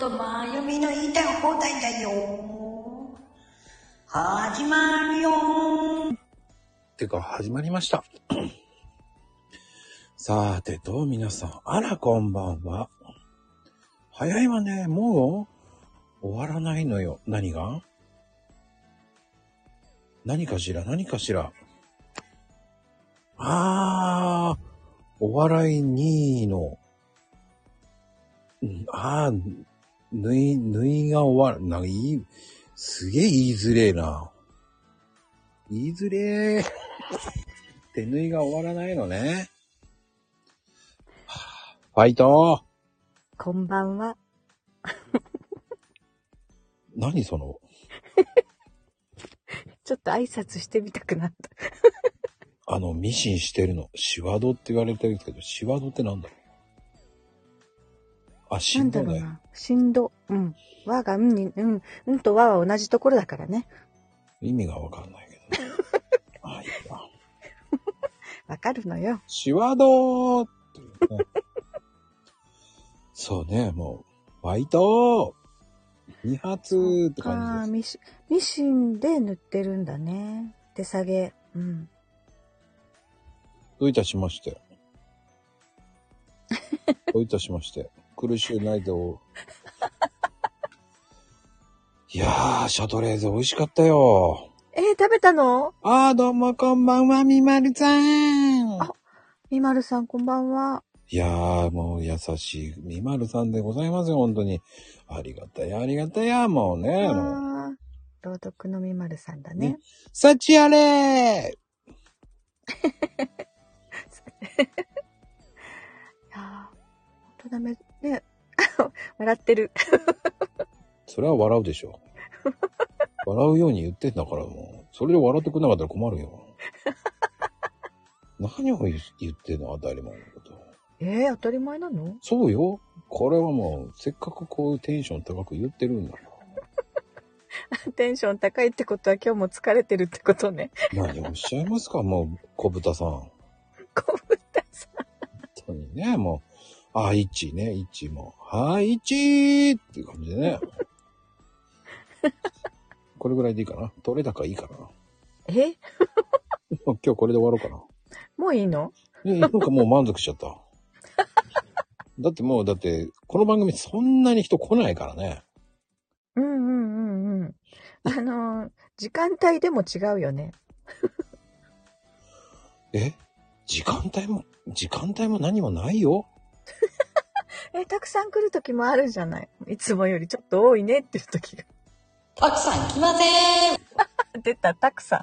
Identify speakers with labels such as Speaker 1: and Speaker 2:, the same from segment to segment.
Speaker 1: とまゆみの言いたい放題だよ。始まるよ
Speaker 2: てか、始まりました。 さーてと、皆さん、あら、こんばんは。早いわね、もう終わらないのよ。何が何かしら、何かしら。あー、お笑い2位の、うんあー、ぬい、ぬいが終わる。なんかいい、すげえ言いづれえな。言いづれー。手縫いが終わらないのね。はあファイト
Speaker 3: こんばんは。
Speaker 2: 何その、
Speaker 3: ちょっと挨拶してみたくなった。
Speaker 2: あの、ミシンしてるの、シワドって言われてるんですけど、シワドってなんだろうあ、し
Speaker 3: なん
Speaker 2: ん
Speaker 3: だ
Speaker 2: ど
Speaker 3: ろう
Speaker 2: ね。
Speaker 3: な。しんど。うん。和がうんに、うん。うんと和は同じところだからね。
Speaker 2: 意味がわかんないけど。 あ、いいな。
Speaker 3: わかるのよ。
Speaker 2: シワドーっていうねそうね、もう、ファイトー二発って
Speaker 3: あ
Speaker 2: 感
Speaker 3: あ、
Speaker 2: じで
Speaker 3: ミシン、ミシンで塗ってるんだね。手下げ。うん。
Speaker 2: す。どういたしまして。 どういたしまして。苦しゅうないでお。 いやー、シャトレーゼ美味しかったよ。
Speaker 3: えー、食べたの
Speaker 2: あー、どうもこんばんは、みまるさん。
Speaker 3: あみまるさんこんばんは。
Speaker 2: いやー、もう優しいみまるさんでございますよ、本当に。ありがたや、ありがたや、もうね。もう
Speaker 3: あー朗読のみまるさんだね。
Speaker 2: 幸あれー
Speaker 3: いやー、ほんとだめ、ね。 笑ってる。
Speaker 2: それは笑うでしょ。笑うように言ってんだからもう、それで笑ってくれなかったら困るよ。 何を言言ってんの当たり前のこと。
Speaker 3: えー、当たり前なの
Speaker 2: そうよ。これはもう、せっかくこういうテンション高く言ってるんだから。
Speaker 3: テンション高いってことは今日も疲れてるってことね。
Speaker 2: 何をおっしゃいますか、もう、小豚さん。本
Speaker 3: 小豚さん。
Speaker 2: 当にね、もう、あ、いちね、いちも、はい、いちっていう感じでね。これぐらいでいいかな。取れ高いいかな。
Speaker 3: え
Speaker 2: 今日これで終わろうかな。
Speaker 3: もういいの
Speaker 2: ねなんかもう満足しちゃった。 だってもう、だって、この番組そんなに人来ないからね。
Speaker 3: うんうんうんうん。あのー、時間帯でも違うよね。
Speaker 2: え時間帯も、時間帯も何もないよ。
Speaker 3: え、たくさん来る時もあるじゃない。いつもよりちょっと多いねっていう時が。
Speaker 1: たくさん来ません
Speaker 3: 出た、たくさん。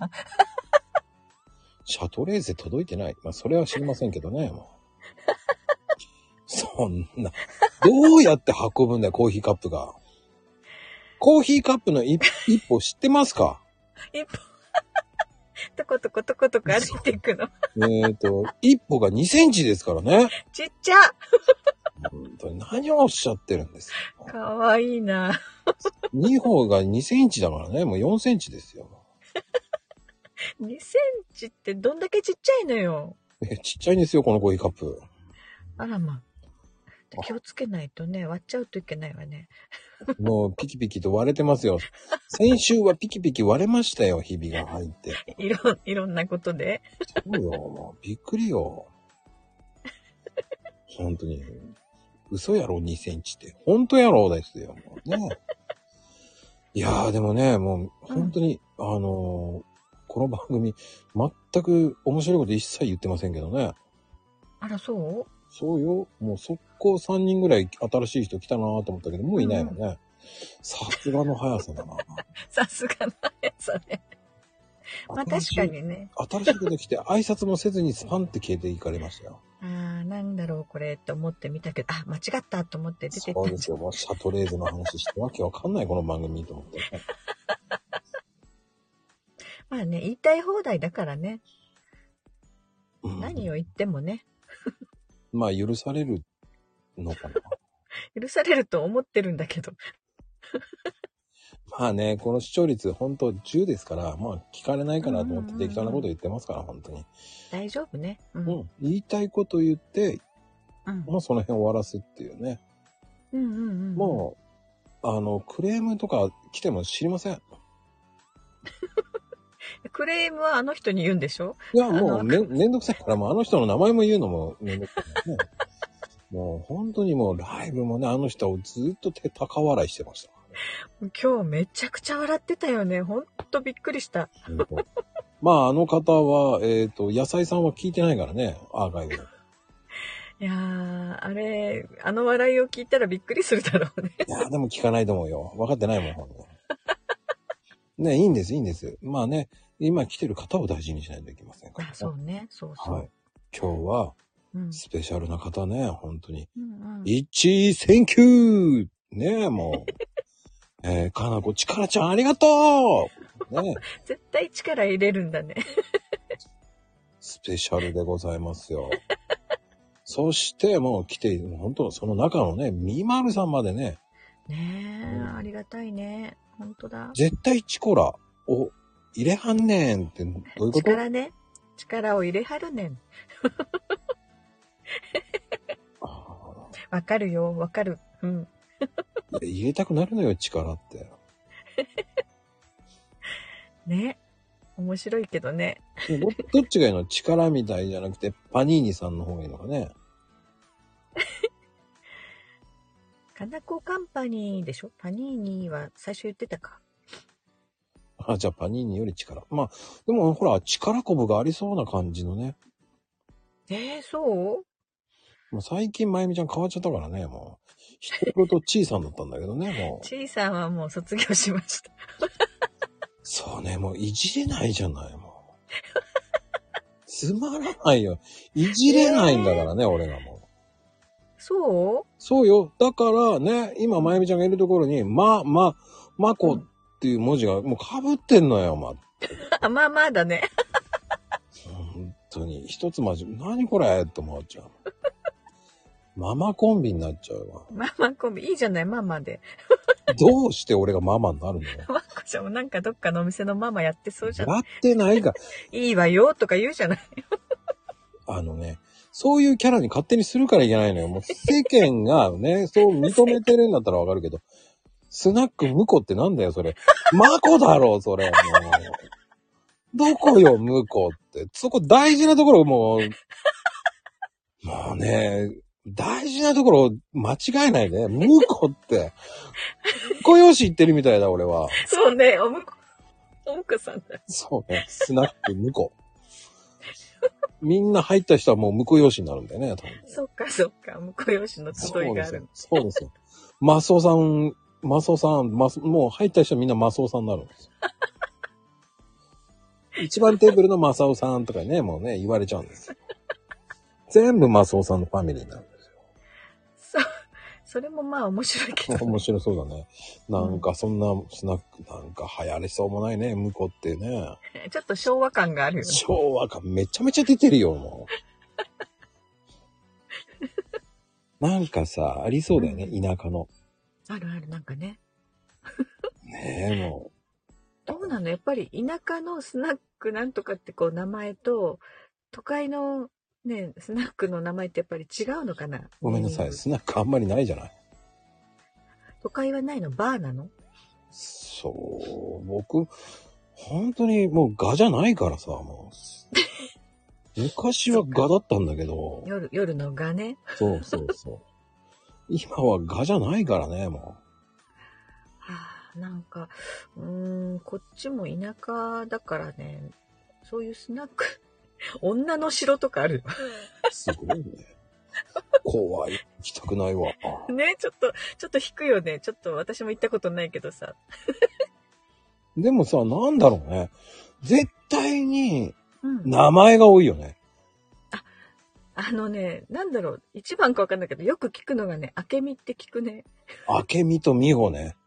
Speaker 2: シャトレーゼ届いてない。まあ、それは知りませんけどね、もう。 そんな、どうやって運ぶんだよ、コーヒーカップが。コーヒーカップの一一歩知ってますか
Speaker 3: 一歩。とことことことこ歩いていくの。
Speaker 2: えーと、一歩が2センチですからね。
Speaker 3: ちっちゃ
Speaker 2: 本当に何をおっしゃってるんですか
Speaker 3: かわいいな。
Speaker 2: 2歩が2センチだからね、もう4センチですよ。
Speaker 3: 2センチってどんだけちっちゃいのよ。
Speaker 2: えちっちゃいんですよ、このコーヒーカップ。
Speaker 3: あらま。気をつけないとね、割っちゃうといけないわね。
Speaker 2: もうピキピキと割れてますよ。先週はピキピキ割れましたよ、ひびが入って。
Speaker 3: いろん、いろんなことで。
Speaker 2: そうよ、もうびっくりよ。本当に。嘘やろ、2センチって。本当やろ、ですよ。もうね。いやー、でもね、もう本当に、あのーこの番組、全く面白いこと一切言ってませんけどね。
Speaker 3: あら、そう
Speaker 2: そうよ。もう速攻3人ぐらい新しい人来たなと思ったけど、もういないわね。さすがの速さだ な。
Speaker 3: さすがのやつだね。まあ確か
Speaker 2: 新しい。
Speaker 3: にね。
Speaker 2: 新しいこと来て挨拶もせずにスパンって消えていかれましたよ。
Speaker 3: ああ、なんだろう、これって思ってみたけど、あ、間違ったと思って出てっ
Speaker 2: そう
Speaker 3: たん
Speaker 2: で
Speaker 3: じ
Speaker 2: すよ。もうシャトレーゼの話してわけわかんない、この番組と思って。
Speaker 3: ゃん。まあね、言いたい放題だからね。
Speaker 2: うん
Speaker 3: 何を言ってもね、
Speaker 2: まあ許されるのかな。
Speaker 3: 許されると思ってるんだけど。
Speaker 2: まあね、この視聴率本当10ですから、まあ聞かれないかなと思って適当なこと言ってますから、本当に。
Speaker 3: 大丈夫ね。うん。
Speaker 2: うん。言いたいこと言って、
Speaker 3: うん。
Speaker 2: もうその辺終わらすっていうね。
Speaker 3: うんうんうん。
Speaker 2: もあの、クレームとか来ても知りません。
Speaker 3: クレームはあの人に言うんでしょ
Speaker 2: いや、も
Speaker 3: あ
Speaker 2: う
Speaker 3: の
Speaker 2: めん、めんどくさいから、もうあの人の名前も言うのもめんどくさい からね。もう本当にもうライブもね、あの人をずっと手高笑いしてましたか
Speaker 3: 今日めちゃくちゃ笑ってたよね。ほんとびっくりした。
Speaker 2: らね。本当 まあ、あの方は、えっ、と、野菜さんは聞いてないからね、アーカイブ。い
Speaker 3: いやー、あれ、あの笑いを聞いたらびっくりするだろ うね。
Speaker 2: や、でも聞かないと思うよ。分かってないもん本当、ね、いいんです、いいんです。まあね、今来てる方を大事にしないといけませんから、
Speaker 3: あそうね、そうそう。
Speaker 2: はい。今日は、
Speaker 3: うん、
Speaker 2: スペシャルな方ね、本当に。
Speaker 3: うんうん
Speaker 2: 一、センキューねえ、もう。 えー、かなこ、ちからちゃんありがとうねえ
Speaker 3: 絶対力入れるんだね。
Speaker 2: スペシャルでございますよ。そして、もう来て、本当その中のね、みまるさんまでね、
Speaker 3: ねえ、
Speaker 2: うん
Speaker 3: ありがたいね。ほんとだ。
Speaker 2: 絶対チコラを入れはんねんって、どういうこと
Speaker 3: 力ね。力を入れはるねん。
Speaker 2: あ
Speaker 3: わかるよ、わかる。うん。
Speaker 2: ーいや入れたくなるのよ、力って。
Speaker 3: ね。面白いけどね。
Speaker 2: どどっちがいいの力みたいじゃなくて、パニーニさんの方がいいのかね。
Speaker 3: かなこカンパニーでしょパニーニーは最初言ってたか。
Speaker 2: あ、じゃあパニーニより力。まあ、でもほら、力こぶがありそうな感じのね。
Speaker 3: えー、そう
Speaker 2: もう最近、まゆみちゃん変わっちゃったからね、もう。一言ちいさんだったんだけどね、もう。
Speaker 3: ちいさんはもう卒業しました。
Speaker 2: そうね、もういじれないじゃない、もう。つまらないよ。いじれないんだからね、俺がもう。
Speaker 3: そう
Speaker 2: そうよ。だからね、今、まゆみちゃんがいるところに、ま、ま、まこっていう文字がもう被ってんのよ、ま。
Speaker 3: あまあまあだね。
Speaker 2: 本当に。一つまじ、何これって思っちゃう。ママコンビになっちゃうわ。
Speaker 3: まあまあコンビ。いいじゃない、ママで。
Speaker 2: どうして俺がママになるの
Speaker 3: マコちゃんもなんかどっかのお店のママやってそうじゃん。
Speaker 2: やってないから。
Speaker 3: いいわよとか言うじゃない。
Speaker 2: あのね、そういうキャラに勝手にするからいけないのよ。もう世間がね、そう認めてるんだったらわかるけど、スナックムコってなんだよ、それ。マコだろ、それ。もうどこよ、ムコって。そこ大事なところ、もう、もうね、大事なところ間違えないで、ムコって。婿養子行ってるみたいだ、俺は。
Speaker 3: そうね、おむこ、おむこさんだ。
Speaker 2: そうね、スナックムコ。みんな入った人はもう婿養子になるんだよね、多分。
Speaker 3: そっかそっか、婿養子の集
Speaker 2: そ
Speaker 3: いがある。
Speaker 2: うですよ。そうですよ。マスオさん、マスオさん、マス、もう入った人はみんなマスオさんになるん ですよ。一番テーブルのマサオさんとかね、もうね、言われちゃうんですよ。全部マスオさんのファミリーになるんです
Speaker 3: そそれもまあ面白いけ
Speaker 2: よ。
Speaker 3: ど。
Speaker 2: 面白そうだね。なんかそんなスナック、なんか流行りそうもないね、向こうってね。
Speaker 3: ちょっと昭和感があるよね。
Speaker 2: 昭和感めちゃめちゃ出てるよ、もう。なんかさ、ありそうだよね、田舎の。
Speaker 3: あるある、なんかね。
Speaker 2: ねえ、もう。
Speaker 3: どうなのやっぱり田舎のスナックなんとかってこう名前と、都会のね、スナックの名前ってやっぱり違うのかな
Speaker 2: ごめんなさい、
Speaker 3: ネーミング
Speaker 2: スナックあんまりないじゃない。
Speaker 3: 都会はないのバーなの
Speaker 2: そう、僕、本当にもうガじゃないからさ、もう。 昔はガだったんだけど、
Speaker 3: 夜、夜のがね。
Speaker 2: そうそうそう。今はガじゃないからね、も
Speaker 3: はあ、なんか、うーん、こっちも田舎だからね、そういうスナック、 女の城とかあるよ。
Speaker 2: う。すごいね。怖い。行きたくないわ。
Speaker 3: ね、ちょっと、ちょっと引くよね。ちょっと私も行ったことないけどさ。
Speaker 2: でもさ、なんだろうね。絶対に
Speaker 3: うん。
Speaker 2: 名前が多いよね。
Speaker 3: あのね、なんだろう、一番かわかんないけど、よく聞くのがね、明美って聞くね。
Speaker 2: あけみとみほね。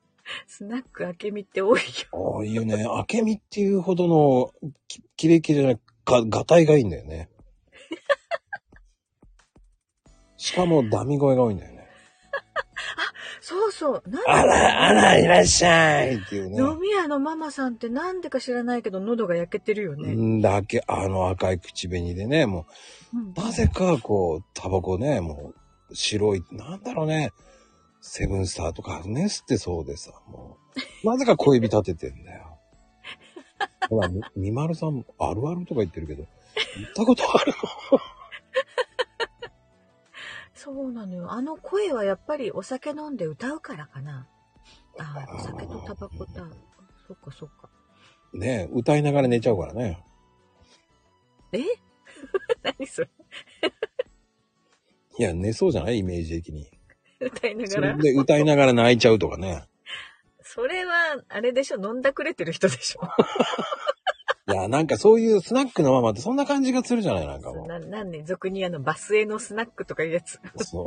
Speaker 3: スナック明美って多いよ。
Speaker 2: 多いよね。あけみっていうほどのきキレキレじゃない、が、がたいがいいんだよ ね。しかもダミ声が多いんだよね。
Speaker 3: そうそう、なん
Speaker 2: あ
Speaker 3: だろ
Speaker 2: ら、あら、いらっしゃいっていうね。
Speaker 3: う飲み屋のママさんってなんでか知らないけど、喉が焼けてるよね。
Speaker 2: んだけ、あの赤い口紅でね、も
Speaker 3: うん
Speaker 2: う、なぜかこう、タバコね、もう、白い、なんだろうね。セブンスターとかね、吸ってそうでさ、もう。なぜか小指立ててんだよ。ほら、み、みまるさん、あるあるとか言ってるけど、言ったことある
Speaker 3: そうなのよ。あの声はやっぱりお酒飲んで歌うからかな。ああ、お酒とタバコだ。そっかそっか。
Speaker 2: ねえ、歌いながら寝ちゃうからね。
Speaker 3: え 何それ
Speaker 2: いや、寝そうじゃないイメージ的に。
Speaker 3: 歌いな
Speaker 2: そ
Speaker 3: が
Speaker 2: れ
Speaker 3: ら
Speaker 2: で歌いながら泣いちゃうとかね。
Speaker 3: それは、あれでしょ飲んだくれてる人でしょ
Speaker 2: いや、なんかそういうスナックのママってそんな感じがするじゃないなんかも
Speaker 3: な、なんで、俗にあの、バスへのスナックとかいうやつ。
Speaker 2: う。そう。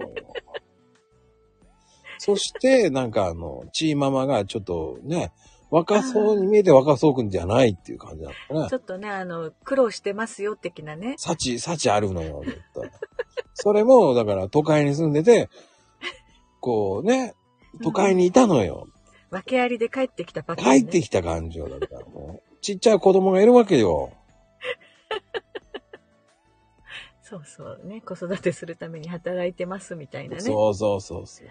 Speaker 2: そして、なんかあの、チーママがちょっとね、若そうに見えて若そうくんじゃないっていう感じなの
Speaker 3: ち
Speaker 2: ね。
Speaker 3: ょっとね、あの、苦労してますよ、的なね。
Speaker 2: 幸、幸あるのよ、ずっと。それも、だから都会に住んでて、こうね、都会にいたのよ。
Speaker 3: 訳ありで帰ってきたパターン、ね。
Speaker 2: 帰ってきた感情だから、もう。ちっちゃい子供がいるわけよ。
Speaker 3: そうそうね、子育てするために働いてます、みたいなね。
Speaker 2: そうそうそうそう。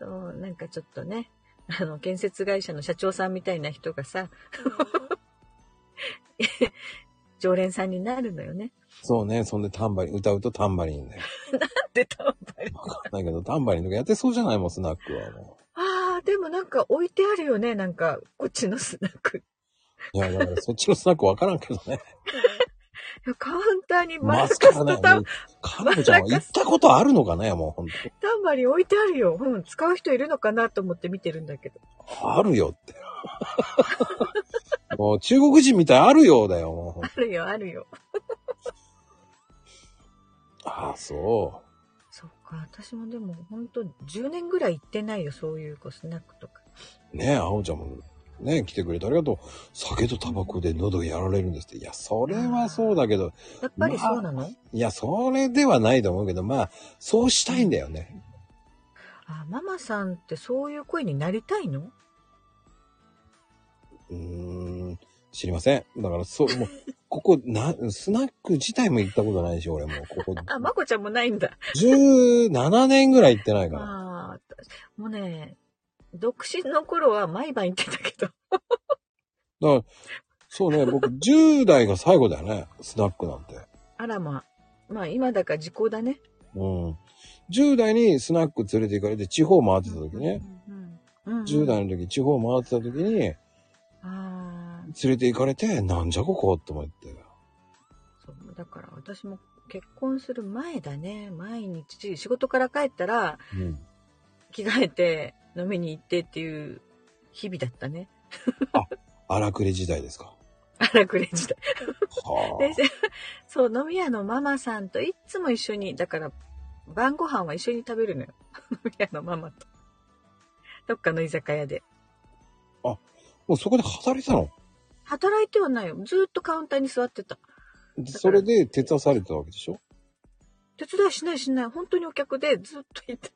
Speaker 3: そうなんかちょっとね、あの、建設会社の社長さんみたいな人がさ、 常連さんになるのよね。
Speaker 2: そうね、そんでタンバリン、歌うとタンバリンだよ。
Speaker 3: で、タンバリン。
Speaker 2: わかんないけど、タンバリンとかやってそうじゃないもん、スナックはも
Speaker 3: ああ、でもなんか置いてあるよね、なんか、こっちのスナック。
Speaker 2: う。いや、だからそっちのスナックわからんけどね。
Speaker 3: いやカウンターにマ
Speaker 2: マス
Speaker 3: スカ
Speaker 2: カ
Speaker 3: ス
Speaker 2: ラ
Speaker 3: と
Speaker 2: ね。
Speaker 3: タン
Speaker 2: カナブちゃんは行ったことあるのかね、もう本
Speaker 3: タンバリン置いてあるよ。うん、使う人いるのかなと思って見てるんだけど。
Speaker 2: 当あるよって。 もう中国人みたいあるようだよ、もうほんと。
Speaker 3: あるよ、あるよ。
Speaker 2: ああ、そ
Speaker 3: そっか、私もでも本当10年ぐらい行ってないよ、そういうこうスナックとか。
Speaker 2: う。ねえ、あおちゃんも。ねえ、来てくれてありがとう。酒とタバコで喉やられるんですって。いや、それはそうだけど、
Speaker 3: やっぱりそうなの、
Speaker 2: いや、それではないと思うけど、まあ、そうしたいんだよね。
Speaker 3: あ、ママさんってそういう声になりたいの
Speaker 2: うーん、知りません。だから、そう、もう、ここ、な、スナック自体も行ったことないし、俺も、ここ、
Speaker 3: あ、まこちゃんもないんだ。
Speaker 2: 17年ぐらい行ってないから。
Speaker 3: ああ、もうね、独身の頃は毎晩行ってたけど。
Speaker 2: だから、そうね、僕、10代が最後だよね、スナックなんて。
Speaker 3: あらまあ、まあ今だから時効だね。
Speaker 2: うん。10代にスナック連れて行かれて、地方回ってた時ね。
Speaker 3: うんうんうん。
Speaker 2: 10代の時、地方回ってた時に、連
Speaker 3: ああ、
Speaker 2: れて行かれて、なんじゃここと思って。
Speaker 3: そう、だから私も結婚する前だね。毎日、仕事から帰ったら
Speaker 2: うん。
Speaker 3: 着替えて飲みに行ってっていう日々だったね。
Speaker 2: 荒くれ時代ですか。
Speaker 3: 荒くれ時代。
Speaker 2: は
Speaker 3: で、 そう、飲み屋のママさんといっつも一緒に、だから、晩ご飯は一緒に食べるのよ。 飲み屋のママと。どっかの居酒屋で。
Speaker 2: あ。もうそこで働いてたの
Speaker 3: 働いてはないよ。ずーっとカウンターに座ってた。
Speaker 2: でそれで、手伝わされてたわけでしょ
Speaker 3: 手伝いしないしない。本当にお客でずっといて。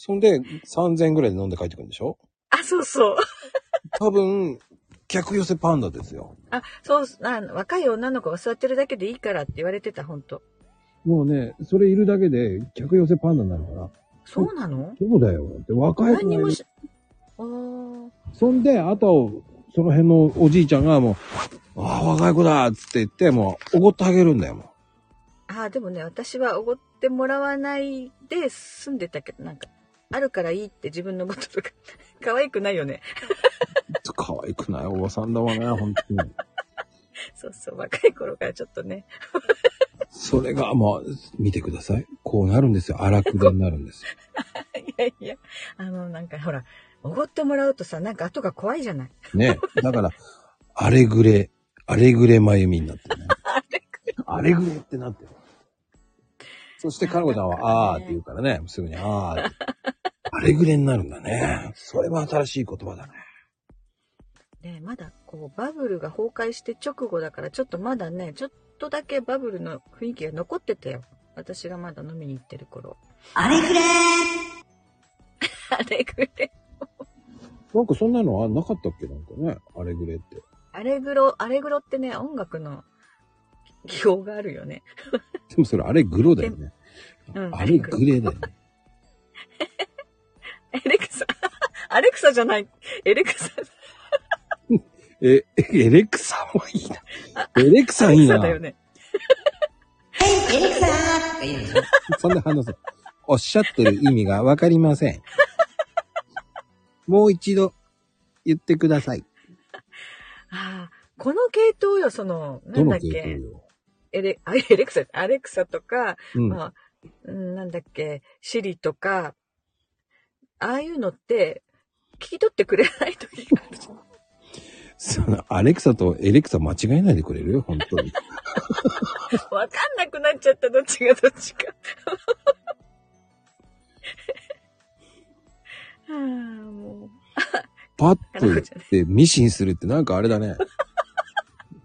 Speaker 2: そんで、3000円ぐらいで飲んで帰ってくるんでしょ
Speaker 3: あ、そうそう。
Speaker 2: 多分、客寄せパンダですよ。
Speaker 3: あ、そう、あの若い女の子が座ってるだけでいいからって言われてた、本当
Speaker 2: もうね、それいるだけで客寄せパンダになるから。
Speaker 3: そうなの
Speaker 2: そうだよ。で、若い
Speaker 3: 何
Speaker 2: 子
Speaker 3: に
Speaker 2: が
Speaker 3: も
Speaker 2: いる
Speaker 3: し、おー。
Speaker 2: そんで、あとは、その辺のおじいちゃんがもう、ああ、若い子だっつって言って、もう、おごってあげるんだよ、も
Speaker 3: あ、でもね、私はおごってもらわないで住んでたけど、なんか、あるからいいって自分のこととか、 可愛くないよね。
Speaker 2: う。可愛くないおばさんだわね、本当に。
Speaker 3: そうそう、若い頃からちょっとね。
Speaker 2: それが、まあ、見てください。こうなるんですよ。荒くれになるんですよ。
Speaker 3: いやいや、あの、なんかほら、おごってもらうとさ、なんか後が怖いじゃない。
Speaker 2: ね。だから、あれぐれ、あれぐれまゆみになって るね。
Speaker 3: あれ
Speaker 2: あれぐれってなってる。 そして、かのこちゃんは、あーって言うからね、すぐに、あーって。あれぐれになるんだね。それは新しい言葉だね。
Speaker 3: ね、まだこう、バブルが崩壊して直後だから、ちょっとまだね、ちょっとだけバブルの雰囲気が残ってたよ。私がまだ飲みに行ってる頃。
Speaker 1: あれぐれー
Speaker 3: あれぐれ。
Speaker 2: なんかそんなのはなかったっけなんかね、あれぐれって。
Speaker 3: あれぐろ、あれぐろってね、音楽の 記号があるよね。
Speaker 2: でもそれあれグロだよね。
Speaker 3: うん
Speaker 2: あれグレだよね。
Speaker 3: え、 アレクサじゃない。エレクサ、
Speaker 2: え、エレクサはいいな。エレク
Speaker 3: ア
Speaker 2: サい
Speaker 3: レク
Speaker 2: い
Speaker 3: サ
Speaker 2: な
Speaker 3: だ。よね。
Speaker 1: はい、エレクサーって言うでしょ。
Speaker 2: そんな話す。おっしゃってる意味がわかりません。もう一度言ってください。
Speaker 3: ああ、この系統よ、その、な
Speaker 2: ど
Speaker 3: ん
Speaker 2: の
Speaker 3: だっ
Speaker 2: 系統
Speaker 3: け。
Speaker 2: よ。
Speaker 3: エレ、あエレクサ、アレクサとか、
Speaker 2: うん。
Speaker 3: まあ、うんなんだっけ、シリとか、ああいうのって、聞き取ってくれない時がある。
Speaker 2: その、アレクサとエレクサ間違えないでくれるよ、本当に。
Speaker 3: わかんなくなっちゃった、どっちがどっちか。 はあ、もう。
Speaker 2: パッと言ってミシンするってなんかあれだ ね。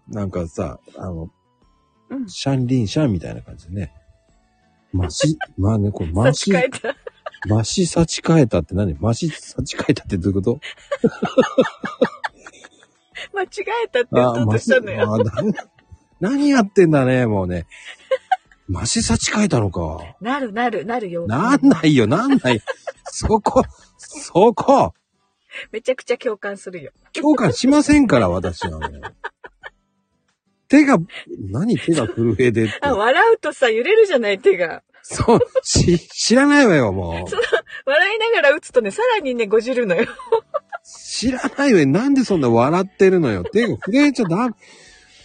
Speaker 2: なんかさ、あの、
Speaker 3: うん。
Speaker 2: シャンリンシャンみたいな感じでね。マシ、まあね、これマ
Speaker 3: 差し
Speaker 2: シ、
Speaker 3: 替えた。
Speaker 2: マシ差ち替えたって何マシ差ち替えたってどういうこと
Speaker 3: 間違えたって言おうとしたのよ。
Speaker 2: あ何何やってんだね、もうね。マシ差ち替えたのか。
Speaker 3: なるなるなるよ。
Speaker 2: なんないよ、なんない。そこ、そこ、
Speaker 3: めちゃくちゃ共感するよ。
Speaker 2: 共感しませんから、私はね。手が、何手が震えてって。
Speaker 3: あ、笑うとさ、揺れるじゃない手が。
Speaker 2: そう、し、知らないわよ、もう。
Speaker 3: 笑いながら打つとね、さらにね、ごじるのよ。
Speaker 2: 知らない上になんでそんな笑ってるのよ。手が震えちゃダメ。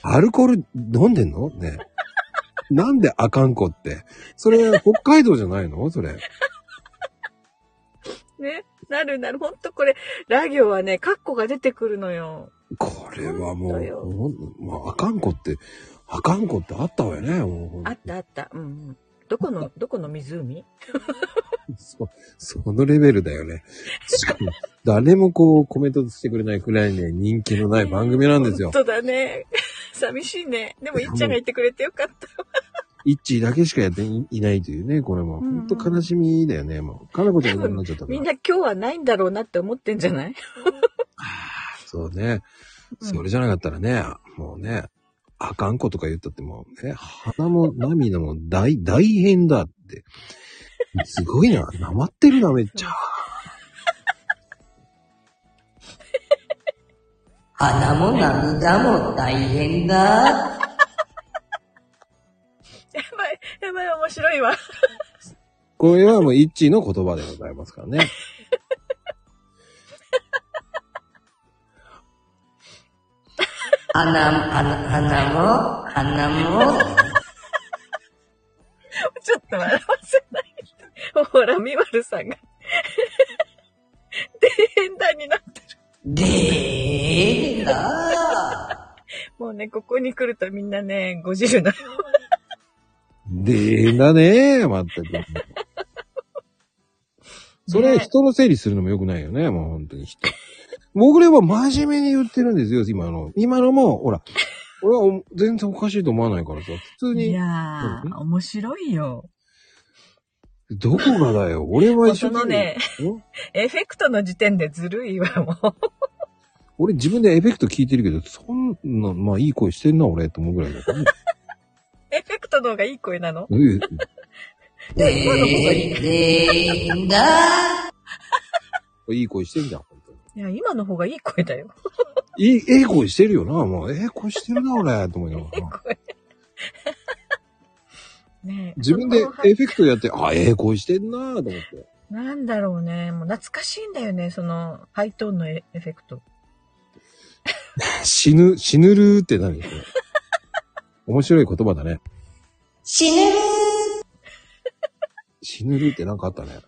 Speaker 2: アルコール飲んでんのね。なんであかんこって。それ、北海道じゃないのそれ。
Speaker 3: ね。なるなる。ほんとこれ、ラ行はね、カッコが出てくるのよ。
Speaker 2: これはも
Speaker 3: 本当
Speaker 2: う、
Speaker 3: よ
Speaker 2: ほんもうあかんこって、あかんこってあったわよね。もう
Speaker 3: あったあった。うんうん。どこの、どこの湖
Speaker 2: そそのレベルだよね。しかも、誰もこうコメントしてくれないくらいね、人気のない番組なんですよ。
Speaker 3: 本当だね。 寂しいね。でも、いっちゃんが言ってくれてよかった。
Speaker 2: イッチーだけしかやっていいないというね、これも。
Speaker 3: うんうん
Speaker 2: 本当悲しみだよね。もう、かなこちゃんいなくなっちゃったから
Speaker 3: みんな今日はないんだろうなって思ってんじゃない
Speaker 2: そうね。
Speaker 3: うん
Speaker 2: それじゃなかったらね、もうね、あかんことか言ったってもう、ね、鼻も涙も大、大変だって。すごいな、なまってるな、めっちゃ。
Speaker 1: 花も涙も大変だ。
Speaker 3: やばい、やばい、面白いわ。
Speaker 2: これはもうイッチーの言葉でございますからね。
Speaker 1: 花、花、花も、花も、
Speaker 3: ちょっと笑わせないで。 ほら、みわるさんが。 で、変態になってる。
Speaker 1: でーん だ。
Speaker 3: もうね、ここに来るとみんなね、ごじるのよ。
Speaker 2: でだね、まったく。それ、人の整理するのも良くないよね、もう本当に人。僕らは真面目に言ってるんですよ、今の。今のも、ほら、俺はお全然おかしいと思わないからさ、普通に。
Speaker 3: や
Speaker 2: ー
Speaker 3: 面白いよ。
Speaker 2: どこがだよ俺は一生
Speaker 3: その
Speaker 2: 懸命
Speaker 3: ね、
Speaker 2: ん
Speaker 3: エフェクトの時点でずるいわ、も
Speaker 2: 俺自分でエフェクト聞いてるけど、そんな、まあいい声してんな俺と思うぐらいだからね。
Speaker 3: う。エフェクトの方がいい声なの
Speaker 2: うん
Speaker 1: でーんだ。
Speaker 2: いい声してんじゃん、本当に。
Speaker 3: いや、今の方がいい声だよ。
Speaker 2: いい、ええ声してるよな、もう。ええ声してるな、俺、と思いながらな。
Speaker 3: 声。 ねえ
Speaker 2: 自分でエ
Speaker 3: こ
Speaker 2: フ
Speaker 3: の後輩
Speaker 2: ェクトやって、あ、ええ声してんな、と思って。
Speaker 3: なんだろうね。もう懐かしいんだよね、その、ハイトーンのエエフェクト。
Speaker 2: 死ぬ、死ぬるーって何こ れ面白い言葉だね。
Speaker 1: 死ぬる
Speaker 2: 死ぬるーってなんかあったね。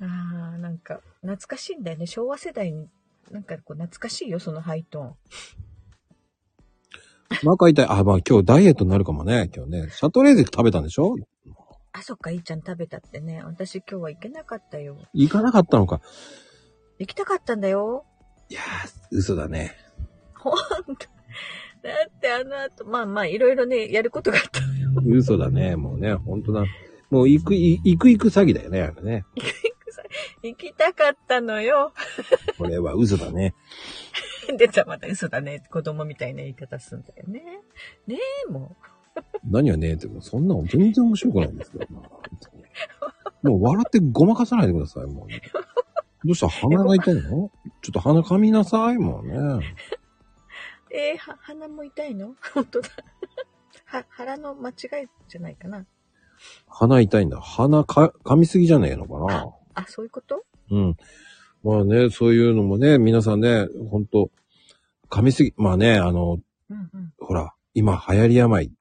Speaker 3: ああ、なんか、懐かしいんだよね。昭和世代に、なんかこう、懐かしいよ、そのハイトーン。
Speaker 2: まか痛い。あ、まあ今日ダイエットになるかもね、今日ね。シャトレーゼ食べたんでしょ
Speaker 3: あ、そっか、いいちゃん食べたってね。私今日は行けなかったよ。
Speaker 2: 行かなかったのか。
Speaker 3: 行きたかったんだよ。
Speaker 2: いやー、嘘だね。
Speaker 3: ほんと。だってあの後、まあまあ、いろいろね、やることがあったの よ。
Speaker 2: 嘘だね。もうね、本当だ。もう行く、い行く行く詐欺だよね、あれね。
Speaker 3: 行きたかったのよ。
Speaker 2: これは嘘だね。
Speaker 3: 出た、また嘘だね。子供みたいな言い方すんだよね。ねえ、も
Speaker 2: 何はねえって、もうそんなの全然面白くないんですけど、まあ本当にもう笑ってごまかさないでください、もう、どうした鼻が痛いのちょっと鼻噛みなさい、もうね。
Speaker 3: えー、は鼻も痛いの 本当だ。は、腹の間違いじゃないかな。
Speaker 2: 鼻痛いんだ。鼻か噛みすぎじゃねえのかな
Speaker 3: あ、そういうこと
Speaker 2: うん。まあね、そういうのもね、皆さんね、ほんと、噛みすぎ、まあね、あの、
Speaker 3: うんうん。
Speaker 2: ほら、今流行り病。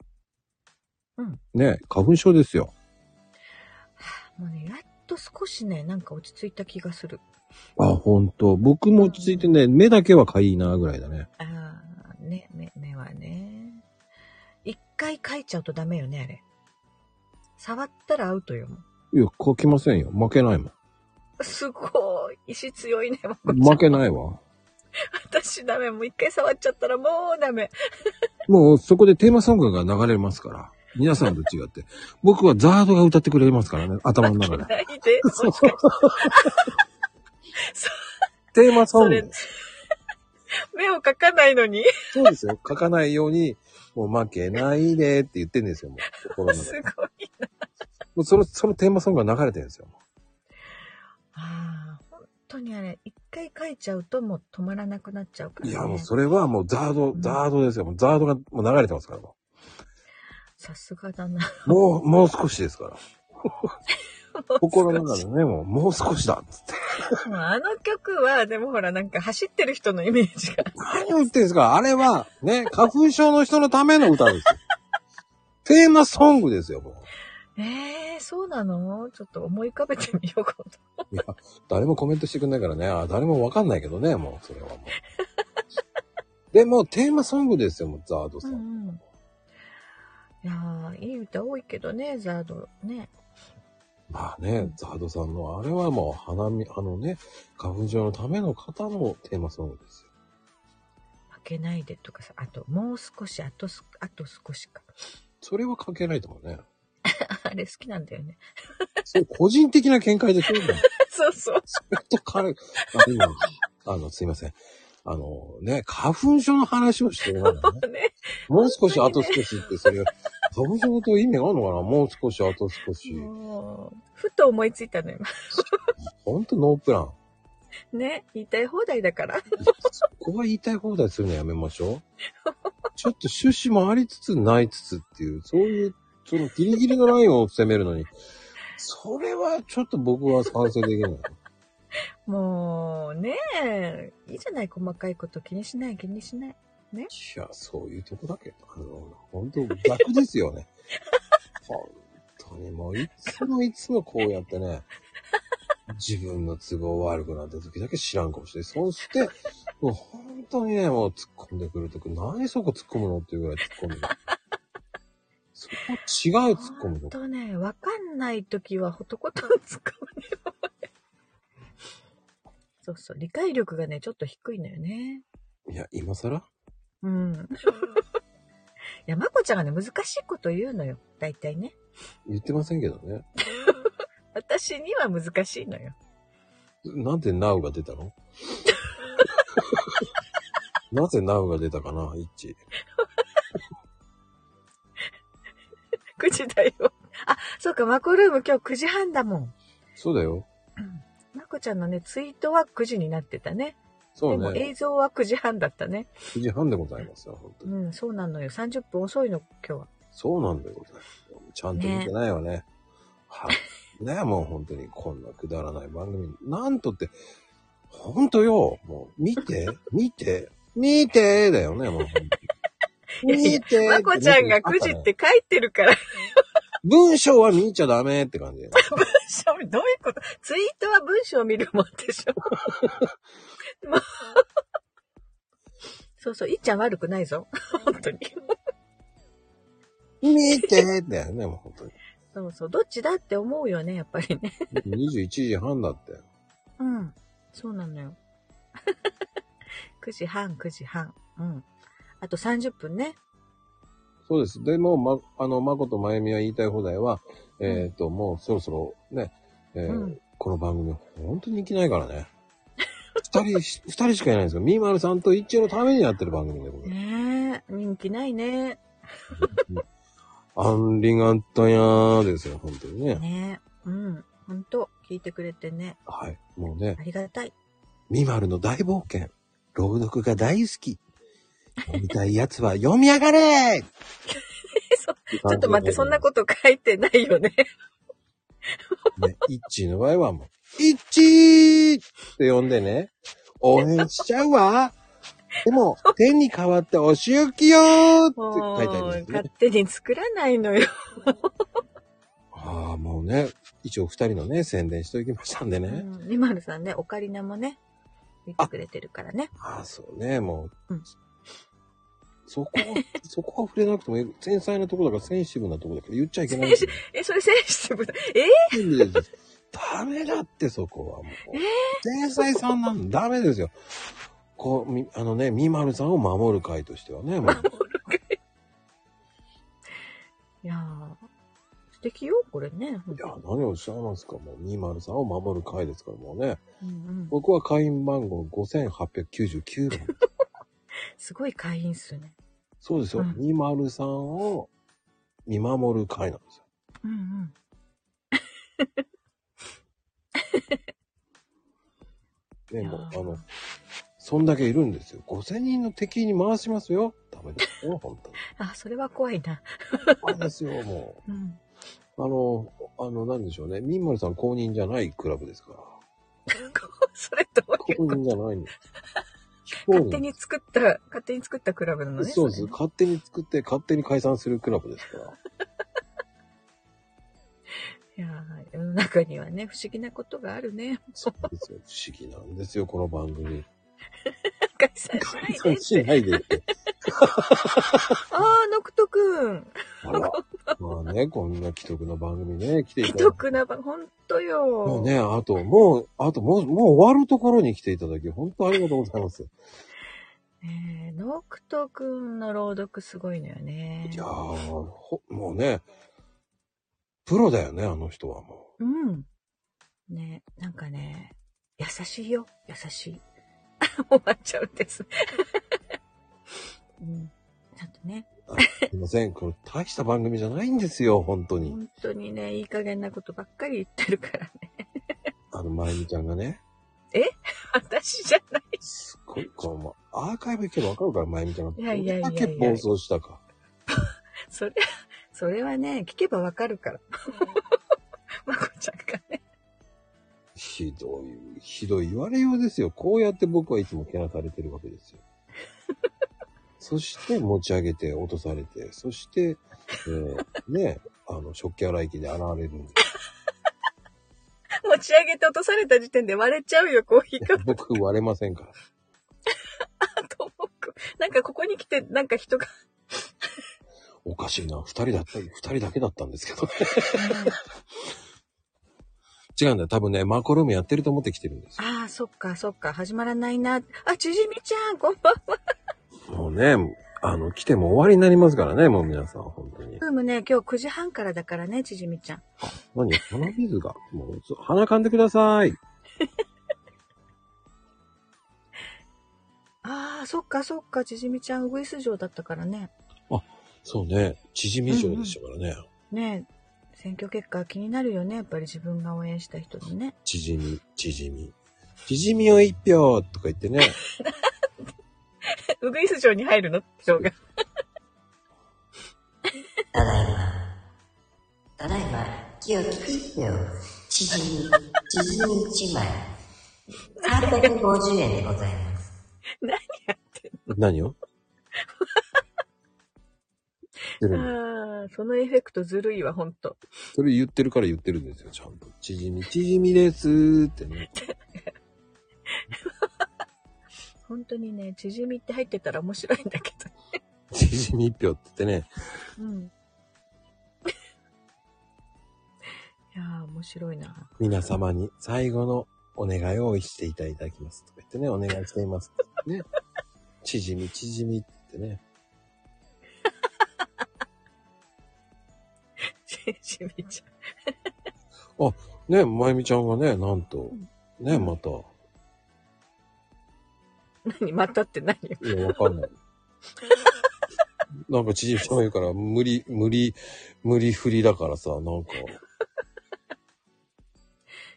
Speaker 3: うん
Speaker 2: ね、花粉症ですよ。
Speaker 3: もうね、やっと少しね、なんか落ち着いた気がする。
Speaker 2: あ、ほんと。僕も落ち着いてね、目だけはかいいな、ぐらいだね。
Speaker 3: あー、ね、目、目はね。一回書いちゃうとダメよね、あれ。触ったらアウトよ。
Speaker 2: いや、かきませんよ。負けないも
Speaker 3: すごい。意志強いね、まこ
Speaker 2: ん。
Speaker 3: ちゃん
Speaker 2: 負けないわ。
Speaker 3: 私ダメ。もう一回触っちゃったらもう ダメ。
Speaker 2: もうそこでテーマソングが流れますから。皆さんと違って。僕はザードが歌ってくれますからね、頭の中 で。
Speaker 3: ないで。もしかして
Speaker 2: テーマソン
Speaker 3: そ
Speaker 2: グ
Speaker 3: れ。目を描かないのに。
Speaker 2: そうですよ。書かないように、もう負けないでって言ってんですよ、もう。心の
Speaker 3: す
Speaker 2: 中で。
Speaker 3: ごい。
Speaker 2: もうその、そのテーマソングが流れてるんですよ。
Speaker 3: ああ、本当にあれ、一回書いちゃうともう止まらなくなっちゃうから、
Speaker 2: い
Speaker 3: ね。
Speaker 2: や、もうそれはもうザード
Speaker 3: う、ん
Speaker 2: ザードですよ。もうザードがもう流れてますから。も
Speaker 3: さすがだな。
Speaker 2: う、もうもう少しですから。 心の
Speaker 3: もう
Speaker 2: 中でね、もう、もう少しだっつって。
Speaker 3: 少しあの曲は、でもほら、なんか走ってる人のイメージが。
Speaker 2: 何を言ってんですかあれは、ね、花粉症の人のための歌 ですよ。テーマソングですよ、もう。
Speaker 3: ええー、そうなのちょっと思い浮かべてみようかと。
Speaker 2: いや、誰もコメントしてくんないからね、あ誰もわかんないけどね、もう、 それはもう。でも、テーマソングですよ、もう、ザードさ。
Speaker 3: うんんうん。いやー、いい歌多いけどね、ザード。ね。
Speaker 2: まあね、ザードさんの、あれはもう、花見、あのね、花粉症のための方のテーマソングですよ。
Speaker 3: 負けないでとかさ、あと、もう少し、あとす、あと少しか。
Speaker 2: それは関係ないと思うね。
Speaker 3: あれ好きなんだよね。
Speaker 2: それ個人的な見解でしょ今
Speaker 3: そうそう。
Speaker 2: それと彼、あ今、あの、すいません。あのね、花粉症の話をしてるからね。
Speaker 3: ね。
Speaker 2: もう少し、あと少しって、それ、花粉症と意味があるのかなもう少し、あと少し。
Speaker 3: もう、ふと思いついたの今。
Speaker 2: ほんとノープラン。
Speaker 3: ね。言いたい放題だから。
Speaker 2: そこは言いたい放題するのやめましょう。 ちょっと趣旨もありつつないつつっていう、そういう、そのギリギリのラインを攻めるのに、それはちょっと僕は賛成できない。
Speaker 3: もうねえ、いいじゃない、細かいこと気にしない、気にしない。
Speaker 2: いや、そういうとこだけど、あの、本当逆ですよ ね。本当にもういつもいつもこうやってね、自分の都合悪くなった時だけ知らん顔して、そ して、もう本当にね、もう突っ込んでくるとき、何そこ突っ込むのっていうぐらい突っ込んでくる。そこ違う突っ込む
Speaker 3: ほん
Speaker 2: の。
Speaker 3: とね、わかんないときはほとことん突っ込むよ。そうそう、理解力がね、ちょっと低いのよね。
Speaker 2: いや、今更
Speaker 3: うん。いや、まこちゃんがね、難しいこと言うのよ。大体ね。
Speaker 2: 言ってませんけどね。
Speaker 3: 私には難しいのよ。
Speaker 2: なんで NOW が出たのなぜ NOW が出たかな、一致。
Speaker 3: 9時だよ。あ、そうか、マコルーム今日9時半だもん。
Speaker 2: そうだよ。
Speaker 3: まこちゃんのね、ツイートは9時になってたね。
Speaker 2: そう
Speaker 3: で
Speaker 2: ね。
Speaker 3: も映像は9時半だったね。
Speaker 2: 9時半でございますよ、本当に。
Speaker 3: うん、そうなのよ。30分遅いの、今日は。
Speaker 2: そうなんでございますよ。ちゃんと見てないよね。はい。ねもう本当にこんなくだらない番組、なんとって、本当よ、もう見 て、見て、見てだよね、もう本当に。
Speaker 3: いやいや
Speaker 2: 見て
Speaker 3: まこちゃんが9時っ。て書いてるから、
Speaker 2: 文章は見ちゃダメって感じ。
Speaker 3: 文章見、 どういうことツイートは文章見るもん でしょ。もうそうそう、いっちゃん悪くないぞ。本当に。
Speaker 2: 見てだよね、もう本当に。
Speaker 3: そうそう、どっちだって思うよね、やっぱりね。
Speaker 2: 21時半だって。
Speaker 3: うん。そうなのよ。9時半、9時半。うん。あと30分ね。
Speaker 2: そうです。でも、ま、あの、まことまゆみは言いたい放題は、えっ、と、もうそろそろね、えー
Speaker 3: うん
Speaker 2: この番組、本当に人気ないからね。二人し、二人しかいないんですよ。みーまるさんと一応のためにやってる番組でござい ま
Speaker 3: ねえ、人気ないね。
Speaker 2: す。アンリガンタヤーですよ、本当にね。
Speaker 3: ねえ。うん。ほんと、聞いてくれてね。
Speaker 2: はい。もうね、
Speaker 3: ありがたい。
Speaker 2: ミマルの大冒険。朗読が大好 き。読みたい奴は読み上がれち
Speaker 3: そちょっと待って、そんなこと書いてないよね。
Speaker 2: と。ね、イッチーの場合はもう、イッチーって呼んでね、応援しちゃうわ。でも、天に代わってお仕置きよーって
Speaker 3: も
Speaker 2: 書いてあります
Speaker 3: う、
Speaker 2: ね
Speaker 3: 勝。手に作らないのよ。
Speaker 2: ああ、もうね、一応二人のね、宣伝しておきましたんでね。
Speaker 3: うん、今のさんね、オカリナもね、見てくれてるからね。
Speaker 2: ああ、そうね、もう。
Speaker 3: うん
Speaker 2: そこは、そこは触れなくてもいい。繊細なところだから、センシティブなところだから言っちゃいけないんですよ。
Speaker 3: え、それセンシティブだ。え
Speaker 2: ダメだって、そこはもう。繊細さんなんダメですよ。こう、みあのね、みまるさんを守る会としては ね、もう。
Speaker 3: いやー、素敵よ、これね。
Speaker 2: いや、何をおっしゃいますか、もう、みまるさんを守る会ですから、もうね。
Speaker 3: うんうん、
Speaker 2: 僕は会員番号5899番。
Speaker 3: すごい会員数ね。
Speaker 2: そうですよ。
Speaker 3: うん
Speaker 2: みまるさんを見守る会なんですよ。
Speaker 3: うんうん。
Speaker 2: ね、
Speaker 3: いや
Speaker 2: もう、あ
Speaker 3: ー
Speaker 2: の、そんだけいるんですよ。5000人の敵に回しますよ。ダメですよ、本当に。
Speaker 3: あ、それは怖いな。
Speaker 2: あれですよ、も
Speaker 3: うん。
Speaker 2: う。あの、あの、なんでしょうね。みんまるさん公認じゃないクラブですから。
Speaker 3: それどういう
Speaker 2: 公
Speaker 3: こと
Speaker 2: 認じゃないの。非公認
Speaker 3: 勝手に作った、勝手に作ったクラブなのね。
Speaker 2: そうです。
Speaker 3: れね
Speaker 2: 勝手に作って、勝手に解散するクラブですから。
Speaker 3: いやー世の中にはね、不思議なことがあるね。
Speaker 2: そうですよ。不思議なんですよ、この番組。
Speaker 3: 解散しない
Speaker 2: 解
Speaker 3: で
Speaker 2: 散。しないでって。
Speaker 3: あー、ノクトくん。
Speaker 2: あら。まあね、こんな既得な番組ね、来ていただ
Speaker 3: 既
Speaker 2: いて。
Speaker 3: 得な番、ほんとよ。
Speaker 2: もうね、あと、もう、あと、もう、もう終わるところに来ていただき、本当ありがとうございます。
Speaker 3: ねえノクト君の朗読すごいのよね
Speaker 2: い。やー、ほもうね、プロだよね、あの人はも
Speaker 3: うん。ねえなんかね、優しいよ、優しい。 終わっちゃうんです。 うん。ちゃんとね、
Speaker 2: う。あすいません、これ大した番組じゃないんですよ、本当に。
Speaker 3: 本当にね、いい加減なことばっかり言ってるから ね。
Speaker 2: あの、まゆみちゃんがね、
Speaker 3: 私じゃない。
Speaker 2: すっごい、こう、もうアーカイブ行けばわかるから、まゆみちゃんが。
Speaker 3: いやいやいやいや
Speaker 2: どんだけ暴走したか。
Speaker 3: それ、 それはね、聞けばわかるから。 まこちゃんがね。
Speaker 2: ひどい、ひどい言われようですよ。こうやって僕はいつもけなされてるわけです よ。そして持ち上げて落とされて、そして、えーね、あの、食器洗い機で洗われるんです
Speaker 3: 持ち上げて落とされた時点で割れちゃうよ、コーヒーカップ
Speaker 2: 僕割れませんから。
Speaker 3: と思う。 なんかここに来て、なんか人が
Speaker 2: おかしいな。二人だった、二人だけだったんですけどね。違うんだよ。多分ね、マコルームやってると思って来てるんです
Speaker 3: ああ、そっか、そっか、始まらないな。あ、ちじみちゃん、こんばんは。
Speaker 2: よ。もうね、あの、来ても終わりになりますからね、もう皆さん、本当に。
Speaker 3: ブームね、今日9時半からだからね、ちじみちゃん。
Speaker 2: 何鼻水が。もう、そう鼻噛んでください。
Speaker 3: ああ、そっか、そっか、ちじみちゃん、ウグイス城だったからね。
Speaker 2: そうね、縮み状でしたからね。
Speaker 3: ねえ選挙結果気になるよね、やっぱり自分が応援した人にね。
Speaker 2: 縮み、縮み。縮みを一票とか言 ってね。
Speaker 3: ウグイス城に入るの人が。
Speaker 1: ただいま。ただいま、清きピッペを、縮み、縮み1枚。350円でございます。
Speaker 2: 何 を言ってるんだ
Speaker 3: ああ、そのエフェクトずるいわ、ほんと。
Speaker 2: それ言ってるから言ってるんですよ、ちゃんと。縮み、縮みですーってね。
Speaker 3: 本当にね、ちじみって入ってたら面白いんだけど。
Speaker 2: 縮み一票って言ってね。
Speaker 3: うん。いやー、面白いな。
Speaker 2: 皆様に最後のお願いをしていただきます。とか言ってね、お願いしています。ね。縮み、縮みって言ってね。
Speaker 3: ちじみちゃん。
Speaker 2: ね、まゆみちゃんがね、なんと、ね、また、い
Speaker 3: 何またって何 よ
Speaker 2: や、わかん ない。なんか縮みちゃんが言うから、無理、無理、無理振りだからさ、なんか、
Speaker 3: い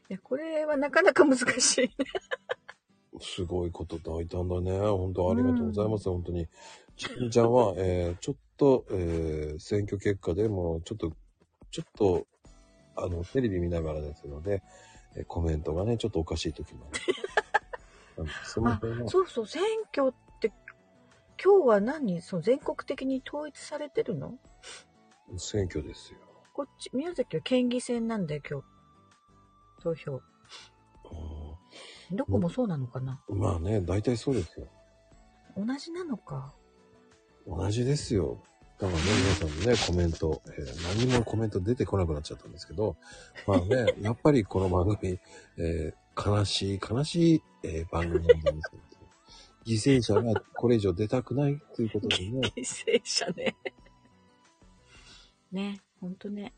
Speaker 3: や、これはなかなか難しい。
Speaker 2: すごいこと大胆だね。本当ありがとうございます。本当に。ちきみちゃんは、 えー、ちょっと、えー、選挙結果でも、ちょっと、ちょっと、あの、テレビ見ながらですので、えーコメントがね、ちょっとおかしい時もある。うんその
Speaker 3: あ
Speaker 2: 辺は、
Speaker 3: そうそう、選挙って、今日は何その全国的に統一されてるの
Speaker 2: 選挙ですよ。
Speaker 3: こっち、宮崎は県議選なんだよ、今日。投票。どこもそうなのかな、
Speaker 2: うんまあね、大体そうですよ。
Speaker 3: 同じなのか。
Speaker 2: 同じですよ。だからね、皆さんのね、コメント、えー何もコメント出てこなくなっちゃったんですけど、まあ ね、やっぱりこの番組、えー悲しい、悲しい、えー番組なんですけど、犠牲者がこれ以上出たくないということでね、
Speaker 3: 犠牲者ね。ね、ほんとね。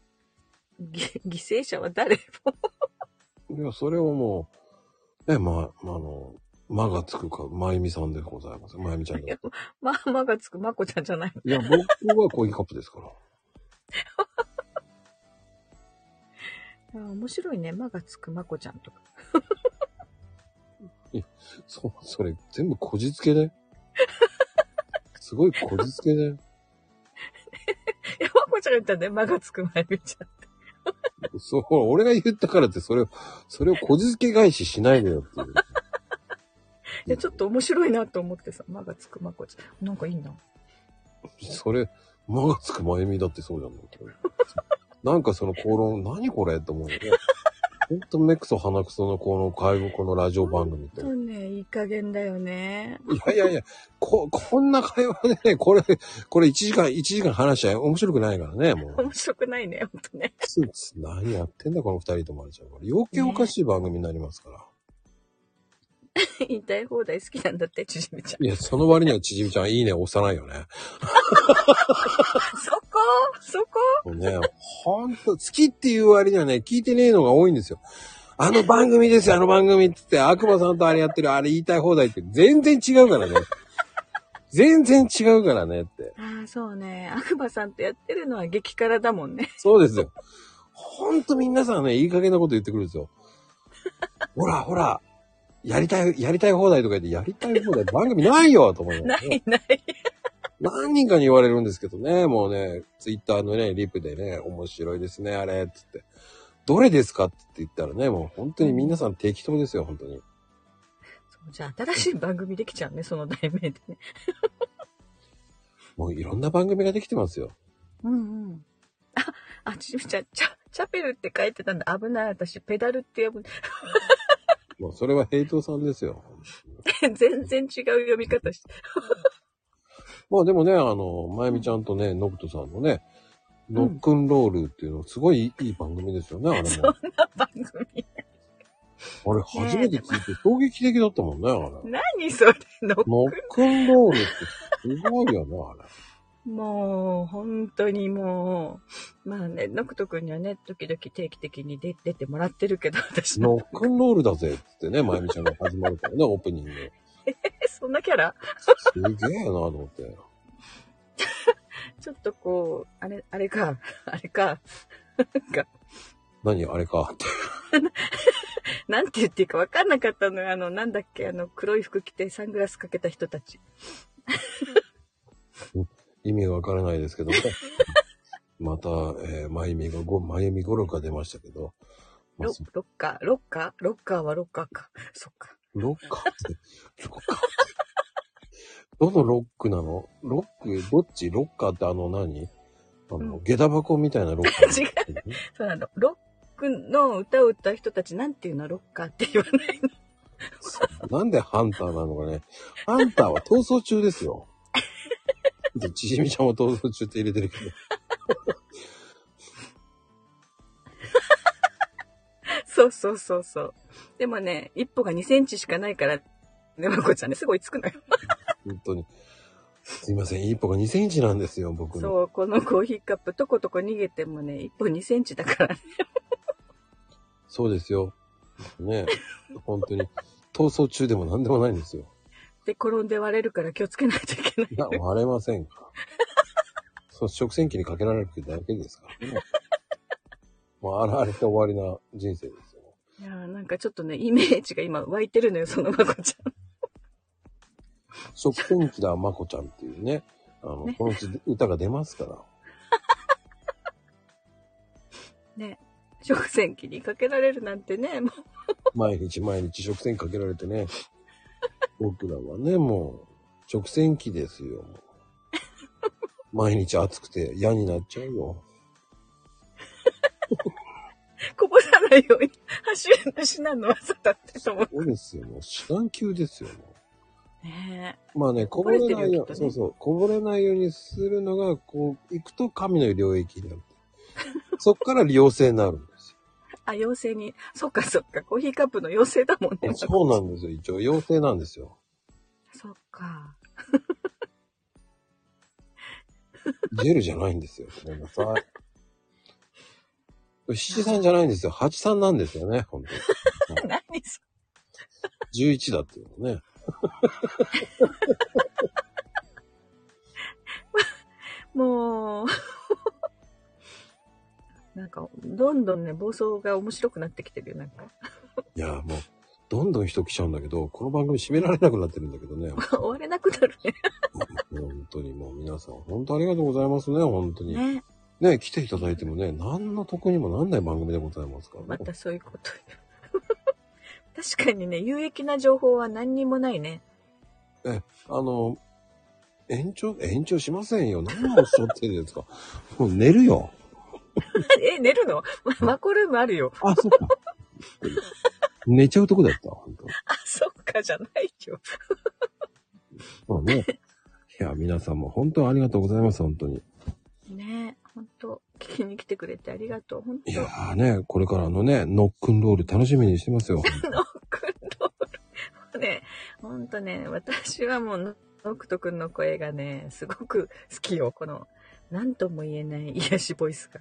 Speaker 3: ぎ犠牲者は誰 も。
Speaker 2: いや、それをもう、ね、まあ、まあ、あの、間がつくか、まゆみさんでございます。まゆみちゃん
Speaker 3: い
Speaker 2: で
Speaker 3: や。まあ、まがつくまこちゃんじゃないの。
Speaker 2: いや、僕はコーヒーカップですから。
Speaker 3: あー面白いね。まがつくまこちゃんとか。
Speaker 2: そう、それ全部こじつけで。すごいこじつけで。
Speaker 3: いや、まこちゃんが言ったんだよ。まがつくまゆみちゃん。
Speaker 2: そう、ほら俺が言ったからって、それを、それをこじつけ返ししないでよっていう。
Speaker 3: いや、ちょっと面白いなと思ってさ。まがつくまこちゃん。なんかいいな。
Speaker 2: それ、間がつくまゆみだってそうじゃん。なんかその口論、何これって思うよね。ほんと目くそ鼻くそのこの介護このラジオ番組って。
Speaker 3: そうね、いい加減だよね。
Speaker 2: いやいやいや、こ、 こんな会話ね、これ、これ1時間、1時間話しちゃ面白くないからね、もう
Speaker 3: 面。白くないね、ほんとね。
Speaker 2: ついつい何やってんだこの2人と思われちゃうから。余計おかしい番組になりますから。
Speaker 3: 言いたい放題好きなんだって、ちじみちゃん。
Speaker 2: いや、その割にはちじみちゃんいいね押さないよね。
Speaker 3: そこそこ
Speaker 2: もうね、ほんと、好きっていう割にはね、聞いてねえのが多いんですよ。あの番組ですよ、あの番組ってって、悪魔さんとあれやってる、あれ言いたい放題って、全然違うからね。全然違うからねって。
Speaker 3: ああ、そうね。悪魔さんとやってるのは激辛だもんね。
Speaker 2: そうですよ。ほんと皆さんね、いい加減なこと言ってくるんですよ。ほら、ほら、やりたい、やりたい放題とか言って、やりたい放題番組ないよと思いま
Speaker 3: な
Speaker 2: す、ね。
Speaker 3: いない。
Speaker 2: 何人かに言われるんですけどね、もうね、ツイッターのね、リプでね、面白いですね、あれ、っつって。どれですかって言ったらね、もう本当に皆さん適当ですよ、本当に。
Speaker 3: そうじゃあ、新しい番組できちゃうね、その題名でね。
Speaker 2: もういろんな番組ができてますよ。
Speaker 3: うんうん。あ、あ、ちじみちゃん、チャ、チャペルって書いてたんだ。危ない。私、ペダルって呼ぶ。
Speaker 2: もうそれは平等さんですよ。
Speaker 3: 全然違う読み方して。
Speaker 2: まあでもね、あの、まゆみちゃんとね、ノクトさんのね、ノックンロールっていうの、すごいいい番組ですよね、あれ
Speaker 3: そん
Speaker 2: も。
Speaker 3: な番組。
Speaker 2: あれ初めて聞いて衝撃的だったもんね、あれ。
Speaker 3: 何それの
Speaker 2: ノックンロールってすごいよね、あれ。
Speaker 3: もう、本当にもう、まあね、ノクト君にはね、時々定期的に出出てもらってるけど、私
Speaker 2: ノ
Speaker 3: の。
Speaker 2: ックンロールだぜっつってね、まゆみちゃんが始まるからね、 オープニング。
Speaker 3: え、そんなキャラ
Speaker 2: すげえなと思って。
Speaker 3: ちょっとこう、あれ、あれか、あれか、なんか、
Speaker 2: 何あれかって。
Speaker 3: なんて言っていいかわかんなかったのよ。あの、なんだっけ、あの、黒い服着てサングラスかけた人たち。
Speaker 2: 意味がわからないですけど ね。また、えー、まゆみがご、まゆみ語録が出ましたけど。まあ
Speaker 3: ロ
Speaker 2: そ
Speaker 3: ロッカー、ロッカーロッカーはロッカーか。 そっか。
Speaker 2: ロッカーって、ロッカーって。どのロックなのロック、どっちロッカーってあの何あの、
Speaker 3: うん
Speaker 2: 下駄箱みたいなロッカー。
Speaker 3: 違そうなの。ロックの歌を歌う人たち、なんていうのロッカーって言わないの。
Speaker 2: なんでハンターなのかね。ハンターは逃走中ですよ。でちじみちゃんも逃走中って入れてるけど。
Speaker 3: そうそうそうそう。でもね、一歩が2センチしかないから、ね、まこちゃんね、すごいつくのよ。
Speaker 2: 本当に。すいません、一歩が2センチなんですよ、僕の。
Speaker 3: そう、このコーヒーカップ、とことこ逃げてもね、一歩2センチだからね。
Speaker 2: そうですよ。ね本当に。逃走中でも何でもないんですよ。
Speaker 3: で、転んで割れるから気をつけないといけない。
Speaker 2: いや、割れませんから。そう、食洗機にかけられるだけですからね。もう、あられて終わりな人生ですよ。
Speaker 3: いやーなんかちょっとね、イメージが今湧いてるのよ、そのまこちゃん。
Speaker 2: 食洗機だ、まこちゃんっていうね。あの、
Speaker 3: ね
Speaker 2: このうち歌が出ますから。
Speaker 3: ね。食洗機にかけられるなんてね、も
Speaker 2: 毎日毎日食洗機かけられてね。 僕らはね、もう、食洗機ですよ。毎日暑くて嫌になっちゃうよ。
Speaker 3: う、こぼさないように、走るなしなのはさだってと思
Speaker 2: そうですよ、もう。至難級ですよ、もう。
Speaker 3: う。ねえ。
Speaker 2: まあね、こぼ
Speaker 3: ぼ
Speaker 2: れ
Speaker 3: れ
Speaker 2: な
Speaker 3: て
Speaker 2: い
Speaker 3: るよ
Speaker 2: よう
Speaker 3: きっとね
Speaker 2: そうそう、こぼれないようにするのが、こう、行くと神の領域になる。そっから良性になるんです
Speaker 3: あ、妖精に、そっかそっか、コーヒーカップの妖精だもんね
Speaker 2: よ。。 そうなんですよ、一応、良性なんですよ。
Speaker 3: そっか。
Speaker 2: ジェルじゃないんですよ。ごめんなさ い。七三じゃないんですよ。八三なんですよね、本 当に。
Speaker 3: 何そ
Speaker 2: 十一だっていうのね。
Speaker 3: もう、 なんか、どんどんね、暴走が面白くなってきてるよ、なんか。
Speaker 2: いや、もう、どんどん人来ちゃうんだけど、この番組閉められなくなってるんだけどね。
Speaker 3: 終われなくなる
Speaker 2: 本当にもう皆さん、本当ありがとうございますね、本当に。
Speaker 3: ね。ね。
Speaker 2: ね、来ていただいてもね、何の得にもなんない番組でございますから
Speaker 3: ま
Speaker 2: ね。
Speaker 3: たそういうこと言う 確かにね、有益な情報は何にもないね。
Speaker 2: あの、延長、延長しませんよ。何をおっしゃってるんですか。 もう寝るよ。
Speaker 3: え、寝るの まマコルームあ るよ。
Speaker 2: あ、そっか。寝ちゃうとこだった、本
Speaker 3: あ、そっか、じゃないよ。
Speaker 2: 当。まあね。いや、皆さんも本当ありがとうございます、本当に。
Speaker 3: ねえ、ほんと、聞きに来てくれてありがとう。ほんと
Speaker 2: い、やーね、これからのね、ノックンロール楽しみにしてますよ。
Speaker 3: くんどうね、ほんとね、私はもう、ノクトくんの声がね、すごく好きよ。この、なんとも言えない癒しボイスが。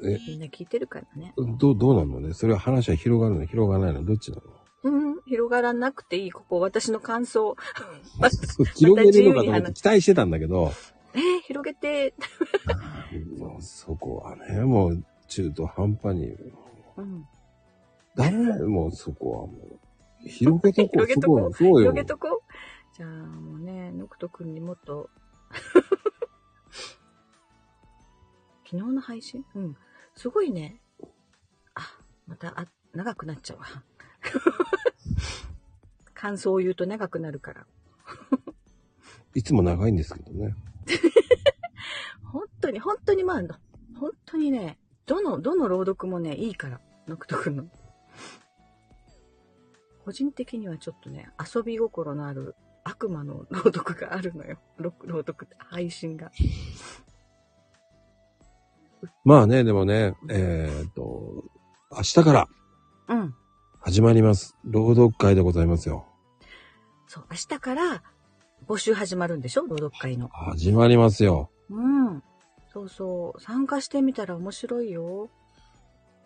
Speaker 2: え、
Speaker 3: みんな聞いてるからね。
Speaker 2: どう、どうなのねそれは話は広がるの広がらないのどっちなの
Speaker 3: うん、広がらなくていい、ここ、私の感想。
Speaker 2: そう広げるのかと思って期待してたんだけど。
Speaker 3: えー広げて、
Speaker 2: もうそこはね、もう中途半端に。
Speaker 3: うん、
Speaker 2: ダメだよ、もうそこはもう。広げとこう、
Speaker 3: 広げ
Speaker 2: そ
Speaker 3: と
Speaker 2: こ
Speaker 3: こ
Speaker 2: は。そうよ
Speaker 3: 広。げとこうじゃあもうね、ノクト君にもっと。 昨日の配信うん。すごいね。あ、また、あ、長くなっちゃうわ。 感想を言うと長くなるから。
Speaker 2: いつも長いんですけどね。
Speaker 3: 本当に、本当にまあ、本当にね、どの、どの朗読もね、いいから。ノクト君の。個人的にはちょっとね、遊び心のある悪魔の朗読があるのよ。ろ朗読って配信が。
Speaker 2: まあね、でもね、えーっと、明日から
Speaker 3: うん。
Speaker 2: 始まります。朗読会でございますよ。
Speaker 3: そう、明日から募集始まるんでしょ朗読会の。
Speaker 2: 始まりますよ。
Speaker 3: うん。そうそう。参加してみたら面白いよ。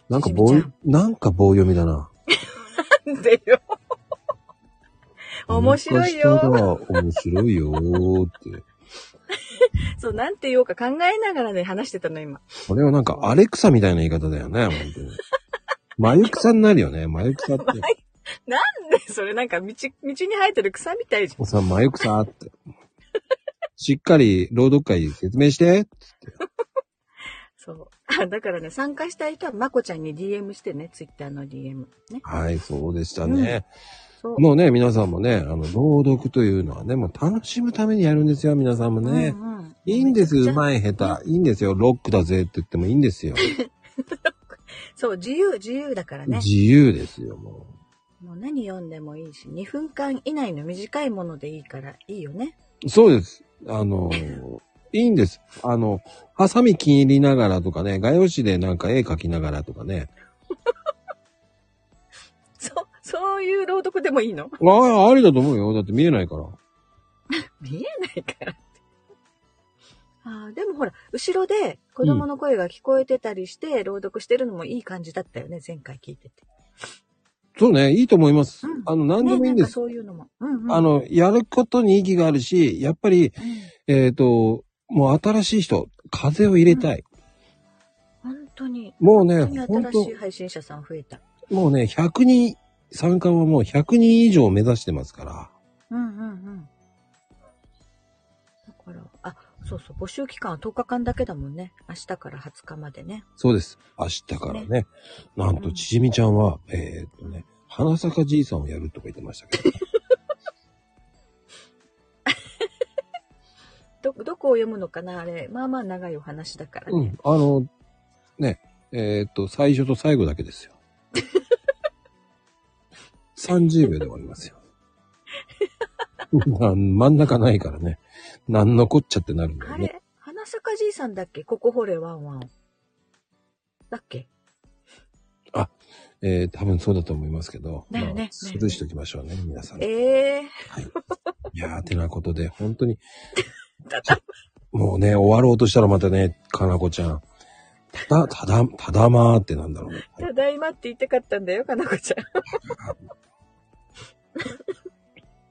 Speaker 2: なんか
Speaker 3: し
Speaker 2: 棒
Speaker 3: みちゃん、
Speaker 2: なんか棒読みだな。
Speaker 3: でよ。 面白い
Speaker 2: なんか
Speaker 3: よ。
Speaker 2: したら面白いよーって。
Speaker 3: そう、なんて言おうか考えながらね、話してたの、今。
Speaker 2: これはなんかアレクサみたいな言い方だよね、本当に。眉草になるよね、眉草って。
Speaker 3: でそれなんか道、道に生えてる草みたいじ
Speaker 2: おさん、眉草って。しっかり朗読会説明して。
Speaker 3: ゃん。そう。あだからね、参加したい人はまこちゃんに DM してね、ツイッターの DM。ね。
Speaker 2: はい、そうでしたね。
Speaker 3: そう。
Speaker 2: もうね、皆さんもね、あの、朗読というのはね、もう楽しむためにやるんですよ、皆さんもね。
Speaker 3: うんうん
Speaker 2: いいんです、
Speaker 3: めちゃ
Speaker 2: う
Speaker 3: くちゃ
Speaker 2: まい下手。いいんですよ、ロックだぜって言ってもいいんです よ。
Speaker 3: そう、自由、自由だからね。
Speaker 2: 自由ですよ、も
Speaker 3: もう何読んでもいいし、2分間以内の短いものでいいから、いいよね。
Speaker 2: う。そうです。あの、いいんです。あの、ハサミ切りながらとかね、画用紙でなんか絵描きながらとかね。
Speaker 3: そう、そういう朗読でもいいの
Speaker 2: ああ、ありだと思うよ。だって見えないから。
Speaker 3: 見えないからって。ああ、でもほら、後ろで子供の声が聞こえてたりして、朗読してるのもいい感じだったよね、前回聞いてて。
Speaker 2: そうね、いいと思います。
Speaker 3: うん
Speaker 2: あの、何で
Speaker 3: ね、
Speaker 2: もいい
Speaker 3: なんん
Speaker 2: で
Speaker 3: か
Speaker 2: す。
Speaker 3: そういうのも。うん、うん。
Speaker 2: あ、の、やることに意義があるし、やっぱり、
Speaker 3: うん、
Speaker 2: えっ、と、もう新しい人、風を入れたい。
Speaker 3: 本当に。
Speaker 2: もうね、
Speaker 3: 本当
Speaker 2: 本
Speaker 3: に新しい
Speaker 2: 当
Speaker 3: 配信者さん増えた。
Speaker 2: もうね、100人、参加はもう100人以上目指してますから。
Speaker 3: うんうんうん。だから、あ、そうそう、募集期間は10日間だけだもんね。明日から20日までね。
Speaker 2: そうです。明日からね、なんと、ちじみちゃんは、えーっとね、花坂じいさんをやるとか言ってましたけど、
Speaker 3: ど、どこを読むのかなあれ、まあまあ長いお話だから
Speaker 2: う
Speaker 3: ね。
Speaker 2: ん、あの、ね、えーっと、最初と最後だけ ですよ。30秒で終わりますよ。 なん真ん中ないからね、なんのこっちゃってなるんだ
Speaker 3: あ
Speaker 2: よね。
Speaker 3: れ花坂じいさんだっけここ掘れワンワン。だっけ
Speaker 2: えー、多分そうだと思いますけど、
Speaker 3: だよ
Speaker 2: ま
Speaker 3: ね
Speaker 2: あ、スルーしときましょうね、皆さん。い
Speaker 3: ええ
Speaker 2: やー、てなことで、本当 に、もうね、終わろうとしたらまたね、かなこちゃん。ただ、ただ、ただまーってなんだ ろうね。
Speaker 3: ただいまって言いたかったんだよ、かなこちゃん。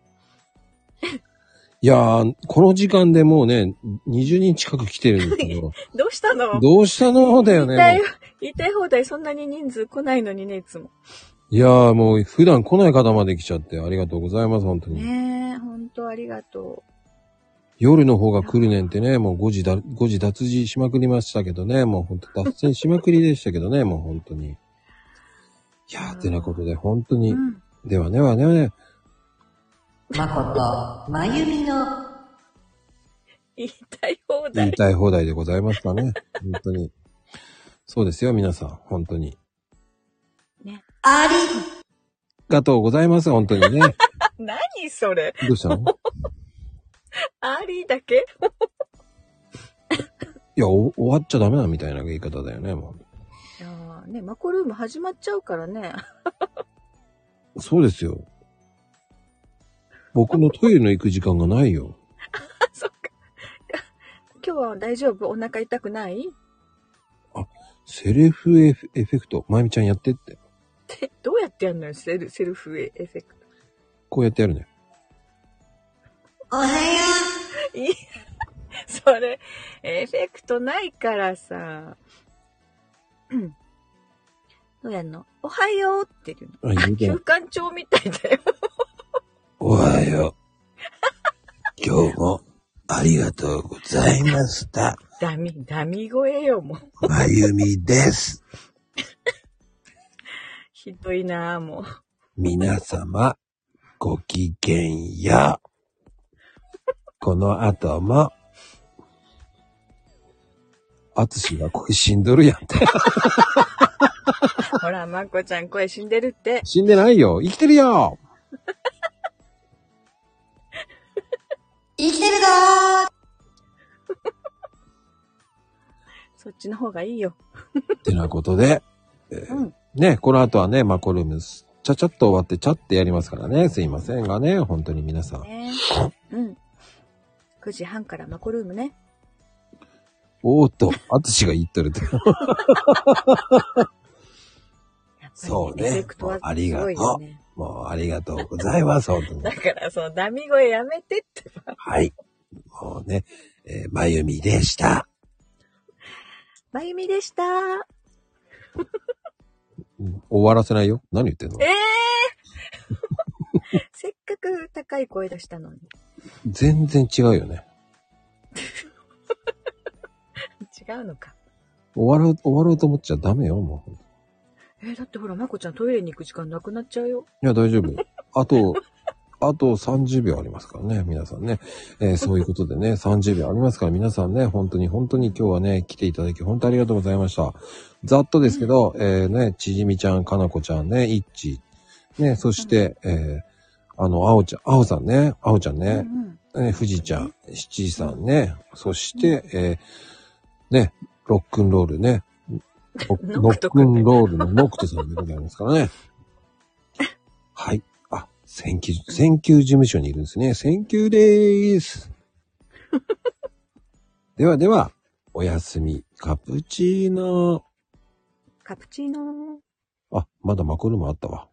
Speaker 2: いやー、この時間でもうね、20人近く来てるんですけど、
Speaker 3: どうしたの
Speaker 2: どうしたのだよね。
Speaker 3: 言いたい
Speaker 2: もう、
Speaker 3: 言いたい放題そんなに人数来ないのにね、いつも。
Speaker 2: いやー、もう普段来ない方まで来ちゃってありがとうございます、本当に。
Speaker 3: ねえ、ほんとありがと
Speaker 2: 夜の方が来るねんってね、もう5時だ、5時脱字しまくりましたけどね、もう本当脱線しまくりでしたけどね、もう本当に。いやー、てなことで、本当
Speaker 3: う。
Speaker 2: に
Speaker 3: う、ん。
Speaker 2: ではねはねはね、
Speaker 1: まこと、まゆみの
Speaker 3: 言いたい放
Speaker 2: 言い
Speaker 3: 題。
Speaker 2: たい放題でございましたね。本当に。そうですよ、皆さん。本当に。
Speaker 3: ね。
Speaker 1: あり
Speaker 2: ありがとうございます、本当にね。
Speaker 3: 何それ
Speaker 2: どうしたの
Speaker 3: ありだけ
Speaker 2: いや、お終わっちゃダメなみたいな言い方だよね、も
Speaker 3: いやーね、マコルーム始まっちゃうからね。
Speaker 2: う。そうですよ。僕のトイレの行く時間がないよ。
Speaker 3: そっか。 今日は大丈夫お腹痛くない
Speaker 2: セルフエフエフェクト。まゆみちゃんやってって。
Speaker 3: え、どうやってやんのよ、セルセルフエフェク
Speaker 2: こうやってやるね。
Speaker 1: おはよ
Speaker 3: ト。いい。それ、エフェクトないからさ。うんどうやんのおはようっていう
Speaker 2: あ、言うてな
Speaker 3: の。
Speaker 2: い
Speaker 3: 休館長みたいだよ。
Speaker 2: おはよう。今日もありがとうございました。
Speaker 3: ダミ、ダミ声よ、もう。
Speaker 2: まゆみです。
Speaker 3: ひどいなあもう。
Speaker 2: 皆様、ごきげんよう。この後も、あつしが恋死んどるやんって。
Speaker 3: ほら、まこちゃん声死んでるって。
Speaker 2: 死んでないよ。生きてるよ。
Speaker 1: う生きてるぞ
Speaker 3: そっちの方がいいよ。
Speaker 2: ってなことで、えー
Speaker 3: うん
Speaker 2: ね、この後はね、マコルームス、ちゃちゃっと終わってちゃってやりますからね。すいませんがね、本当に皆さん。
Speaker 3: ねうん。9時半からマコルームね。
Speaker 2: おーっと、あつしが言っとるって。
Speaker 3: やっぱり
Speaker 2: そうね
Speaker 3: エフェクトは
Speaker 2: ありがとう
Speaker 3: すごいよね
Speaker 2: もうありがとうございます、本当に
Speaker 3: だ。から、その、ダミ声やめてって。
Speaker 2: はい。もうね、えーまゆみでした。
Speaker 3: まゆみでした。
Speaker 2: うん終わらせないよ。何言ってんの
Speaker 3: ええー、 せっかく高い声出したのに。
Speaker 2: 全然違うよね。
Speaker 3: 違うのか。
Speaker 2: 終わろう、終わろうと思っちゃダメよ、もう。
Speaker 3: えーだってほら、まこちゃんトイレに行く時間なくなっちゃうよ。
Speaker 2: いや、大丈夫。あと、あと30秒ありますからね、皆さんね。えーそういうことでね、30秒ありますから、皆さんね、本当に本当に今日はね、来ていただき、本当ありがとうございました。ざっとですけど、えーね、ちじみちゃん、かなこちゃんね、いっち、ね、そして、えーあの、あおちゃん、あおさんね、あおちゃんね、
Speaker 3: うんうん。
Speaker 2: え富士ちゃん、七時さんね、そして、えーね、ロックンロール ね、ロロ
Speaker 3: ノク
Speaker 2: ッ
Speaker 3: ト
Speaker 2: ク
Speaker 3: 君ね
Speaker 2: ンロールのノクトさんでございます からね。はい。あ、選球、選球事務所にいるんですね。選球でー す。ではでは、おやすみ、カプチーノ。
Speaker 3: カプチーノー。
Speaker 2: あ、まだマコルームあったわ。